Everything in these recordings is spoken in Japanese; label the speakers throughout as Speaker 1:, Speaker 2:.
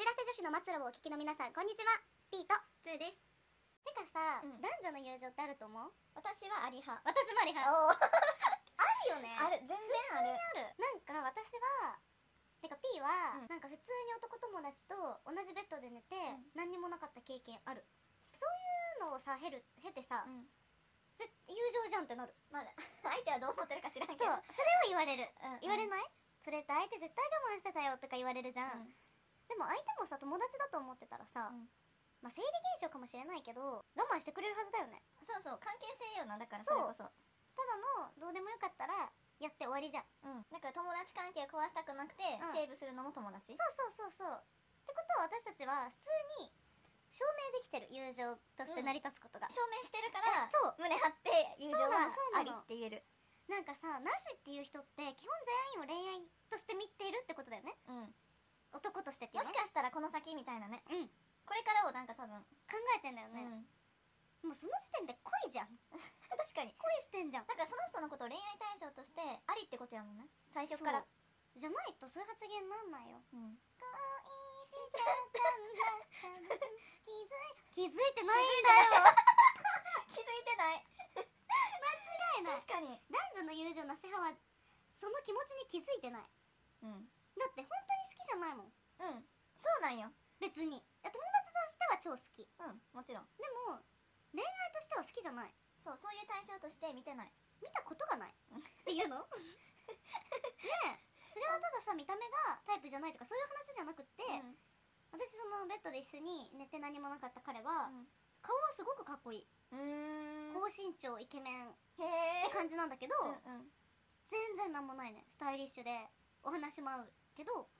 Speaker 1: をお聞きの皆さんこんにちはピーと
Speaker 2: プーです
Speaker 1: てかさ、
Speaker 2: うん
Speaker 1: 男女の友情ってあると思う
Speaker 2: 私はアリ派
Speaker 1: 私もありは
Speaker 2: おお
Speaker 1: あるよね
Speaker 2: ある全然ある
Speaker 1: あるなんか私はてか P は、
Speaker 2: うん
Speaker 1: なんか普通に男友達と同じベッドで寝て、
Speaker 2: ん
Speaker 1: 何にもなかった経験あるそういうのをさ経る経てさ、
Speaker 2: うん
Speaker 1: ぜ友情じゃんってなる
Speaker 2: まあ 相手はどう思ってるか知らん
Speaker 1: そう
Speaker 2: けど
Speaker 1: それは言われる
Speaker 2: うん
Speaker 1: 言われない、それって相手絶対我慢してたよとか言われるじゃん、でも相手もさ友達だと思ってたらさ、
Speaker 2: うん
Speaker 1: まあ生理現象かもしれないけど我慢してくれるはずだよね
Speaker 2: そうそう関係性よなだからそ
Speaker 1: そう
Speaker 2: れこそ
Speaker 1: ただのどうでもよかったらやって終わりじゃん
Speaker 2: うんだから友達関係壊したくなくて、
Speaker 1: ん
Speaker 2: セーブするのも友達
Speaker 1: そうそうそうそうってことは私たちは普通に証明できてる友情として成り立つことが、
Speaker 2: 証明してるから
Speaker 1: そう
Speaker 2: 胸張って友情は
Speaker 1: そうなのそうな
Speaker 2: あ
Speaker 1: の
Speaker 2: りって言える
Speaker 1: なんかさなしっていう人って基本全員を恋愛として見ているってことだよね
Speaker 2: うん
Speaker 1: 男としてってい
Speaker 2: も
Speaker 1: う
Speaker 2: し
Speaker 1: の
Speaker 2: かしたらこの先みたいなね
Speaker 1: うん
Speaker 2: これからをなんか多分、
Speaker 1: 考えてんだよね、
Speaker 2: うん
Speaker 1: もうその時点で恋じゃん
Speaker 2: 確かに
Speaker 1: 恋してんじゃん
Speaker 2: だからその人のことを恋愛対象としてありってことやもんな最初から
Speaker 1: そうじゃないとそういう発言なんないよ
Speaker 2: うん
Speaker 1: 恋 しちゃったんだ気づい気づいてないんだよ
Speaker 2: 気づいてない
Speaker 1: 間違いない
Speaker 2: 確かに
Speaker 1: 男女の友情なし派はその気持ちに気づいてない
Speaker 2: うん
Speaker 1: だって本当に好きじゃないもん
Speaker 2: うんそうなんよ
Speaker 1: 別にいや友達としては超好きで
Speaker 2: うんもちろん
Speaker 1: も恋愛としては好きじゃない
Speaker 2: そうそういう対象として見てない
Speaker 1: 見たことがないっていうのねえそれはたださ見た目がタイプじゃないとかそういう話じゃなくって、
Speaker 2: うん
Speaker 1: 私そのベッドで一緒に寝て何もなかった彼は、
Speaker 2: うん
Speaker 1: 顔はすごくかっこいい、
Speaker 2: うん
Speaker 1: 高身長イケメンっ
Speaker 2: へえ
Speaker 1: て感じなんだけど、
Speaker 2: うんうん
Speaker 1: 全然なんもないねスタイリッシュでお話も合うけど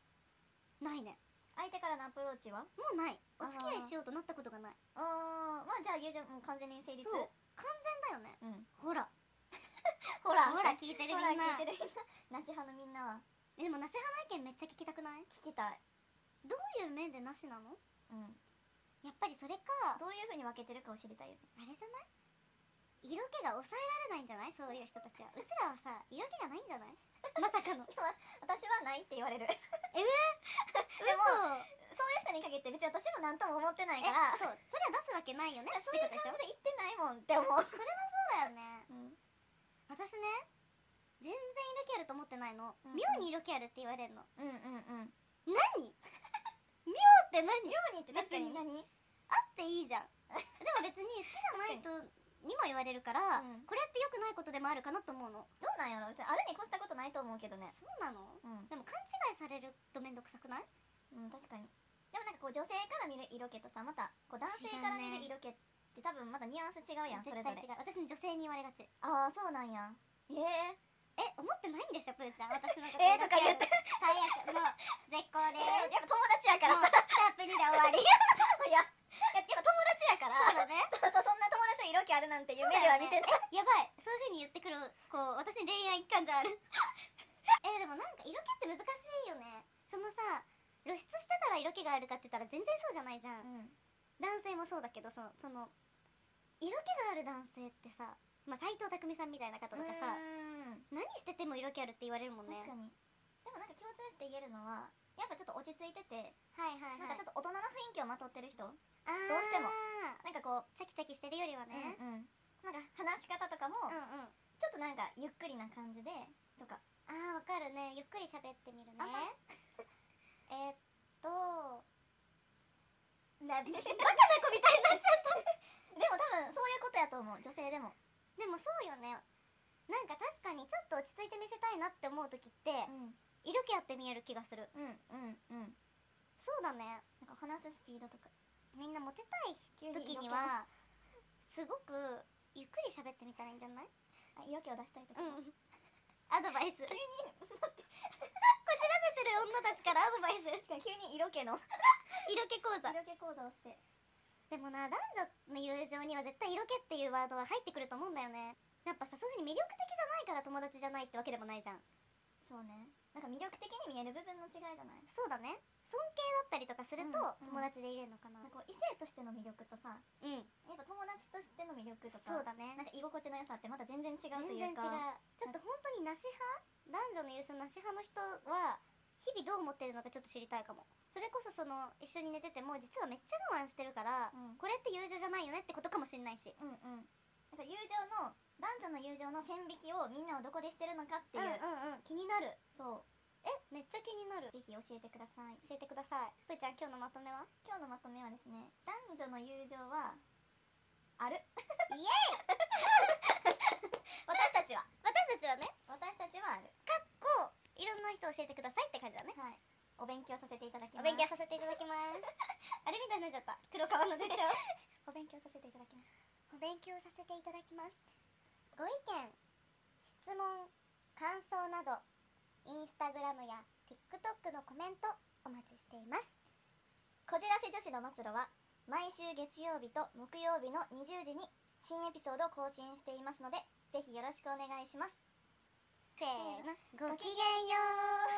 Speaker 1: ないね
Speaker 2: 相手からのアプローチは
Speaker 1: もうないお付き合いしようとなったことがない
Speaker 2: あーまあじゃあ友情もう完全に成立
Speaker 1: そう完全だよね
Speaker 2: うん
Speaker 1: ほら
Speaker 2: ほら
Speaker 1: ほら聞いてるみ
Speaker 2: ほら
Speaker 1: んな
Speaker 2: 聞いてるみんななし派のみんなは
Speaker 1: えでもなし派の意見めっちゃ聞きたくない
Speaker 2: 聞きたい
Speaker 1: どういう面でなしなの
Speaker 2: うん
Speaker 1: やっぱりそれかあ
Speaker 2: どういうふうに分けてるかを知りたいよね
Speaker 1: れじゃない色気が抑えられないんじゃないそういう人たちはうちらはさ色気がないんじ ゃないまさかの
Speaker 2: でも私はないって言われる
Speaker 1: でも
Speaker 2: そういう人に限って別に私も何とも思ってない
Speaker 1: え
Speaker 2: から
Speaker 1: そうそれは出すわけないよね
Speaker 2: そういう
Speaker 1: ってこと
Speaker 2: 感
Speaker 1: でしょ
Speaker 2: じで言ってないもんって思う、
Speaker 1: それはそうだよね
Speaker 2: うん、
Speaker 1: 私ね全然色気あると思ってないの、
Speaker 2: うんうん
Speaker 1: 妙に色気あるって言われるの
Speaker 2: うんうんうん
Speaker 1: 何妙って何
Speaker 2: 妙にって確かに
Speaker 1: 別
Speaker 2: 何
Speaker 1: あっていいじゃん でも別に好きじゃない人にも言われるから、
Speaker 2: うん
Speaker 1: これって良くないことでもあるかなと思うの
Speaker 2: どうなんやろ別にあるに越したことないと思うけどね
Speaker 1: そうなの
Speaker 2: うん、
Speaker 1: でも勘違いされると面倒くさくない
Speaker 2: うん、確かにでもなんかこう女性から見る色気とさまたこう男性から見る色気って多分またニュアンス違うやんそ
Speaker 1: 絶
Speaker 2: れ
Speaker 1: 対
Speaker 2: ぞれ
Speaker 1: 違う私に女性に言われがちえ
Speaker 2: ああそうなんやええ
Speaker 1: 思ってないんでしょプーちゃん私のこと
Speaker 2: えーとか言って
Speaker 1: 色気ある最悪もう絶好で
Speaker 2: えー、やっぱ友達やから
Speaker 1: もう
Speaker 2: さ
Speaker 1: シャープ2で終わり
Speaker 2: いややっぱ友達やから
Speaker 1: そうだね
Speaker 2: そうそうそんな友達の色気あるなんて夢では見てない、
Speaker 1: やばいそういう風に言ってくるこう私に恋愛感情ある えーでもなんか色気って難しいよねそのさ露出してたら色気があるかって言ったら全然 そうじゃないじゃん
Speaker 2: うん
Speaker 1: 男性もそうだけどそのその色気がある男性ってさ、まあ、斉藤工さんみたいな方とかさ
Speaker 2: うん
Speaker 1: 何してても色気あるって言われるもんね
Speaker 2: 確かにでもなんか共通して言えるのはやっぱちょっと落ち着いてて、
Speaker 1: はいはい
Speaker 2: なんかちょっと大人の雰囲気をまとってる人な
Speaker 1: あー
Speaker 2: どうしてもんかこう、
Speaker 1: チャキチャキしてるよりはね、
Speaker 2: うんうんなんか話し方とかも
Speaker 1: うん、うん
Speaker 2: ちょっとなんかゆっくりな感じでとか
Speaker 1: あーわかるねゆっくり喋ってみるね
Speaker 2: あんま
Speaker 1: えーっと
Speaker 2: なで
Speaker 1: な子みたいに
Speaker 2: も多分
Speaker 1: なっちゃった
Speaker 2: そういうことやと思う女性でも、
Speaker 1: でもそうよねなんか確かにちょっと落ち着いて見せたいなって思う時って
Speaker 2: ん、
Speaker 1: 色気あって見える気がする
Speaker 2: うんうんうん
Speaker 1: そうだね
Speaker 2: なんか話すスピードとか
Speaker 1: みんなモテたい
Speaker 2: 急に
Speaker 1: 時
Speaker 2: 色
Speaker 1: に
Speaker 2: 気
Speaker 1: はすごくゆっくり喋ってみたらいいんじゃない
Speaker 2: あ色気を出したりとか、
Speaker 1: ん アドバイス こじらせて
Speaker 2: 急に
Speaker 1: る女たちからアドバイス
Speaker 2: 確かに急に色気の
Speaker 1: 色気講座
Speaker 2: 色気講座をして
Speaker 1: でもな男女の友情には絶対色気っていうワードは入ってくると思うんだよねやっぱさそういうふうに魅力的じゃないから友達じゃないってわけでもないじゃん
Speaker 2: そうねなんか魅力的に見える部分の違いじゃない
Speaker 1: そうだね尊敬だったりとかすると
Speaker 2: うん
Speaker 1: 友達でいれるのかな
Speaker 2: なんかこう異性としての魅力と
Speaker 1: う
Speaker 2: さ
Speaker 1: ん、
Speaker 2: やっぱ友達としての魅力とか
Speaker 1: そうだ
Speaker 2: な
Speaker 1: ね
Speaker 2: んか居心地の良さってまた全然違うと
Speaker 1: 全然
Speaker 2: い
Speaker 1: 違う
Speaker 2: うか
Speaker 1: ちょっと本当になし派男女の友情なし派の人は日々どう思ってるのかちょっと知りたいかもそれこそその一緒に寝てても実はめっちゃ我慢してるから、
Speaker 2: うん
Speaker 1: これって友情じゃないよねってことかもしんないし
Speaker 2: うんうんなんか友情の男女の友情の線引きをみんなはどこでしてるのかっていう、
Speaker 1: うんうんうん気になる
Speaker 2: そう
Speaker 1: めっちゃ気になる
Speaker 2: ぜひ教えてください
Speaker 1: 教えてくださいぷーちゃん今日のまとめは
Speaker 2: 今日のまとめはですね男女の友情はある
Speaker 1: イエイ
Speaker 2: 私たちは
Speaker 1: 私たちはね
Speaker 2: 私たちはある
Speaker 1: こういろんな人教えてくださいって感じだね
Speaker 2: はいお勉強させていただきます
Speaker 1: お勉強させていただきます あれみたいになっちゃった黒川の手帳
Speaker 2: お勉強させていただきます
Speaker 1: お勉強させていただきますご意見質問感想などインスタグラムや TikTok のコメントお待ちしています
Speaker 2: こじらせ女子の末路は毎週月曜日と木曜日の20時に新エピソードを更新していますのでぜひよろしくお願いします
Speaker 1: せーの
Speaker 2: ご
Speaker 1: ご
Speaker 2: き
Speaker 1: きげんよう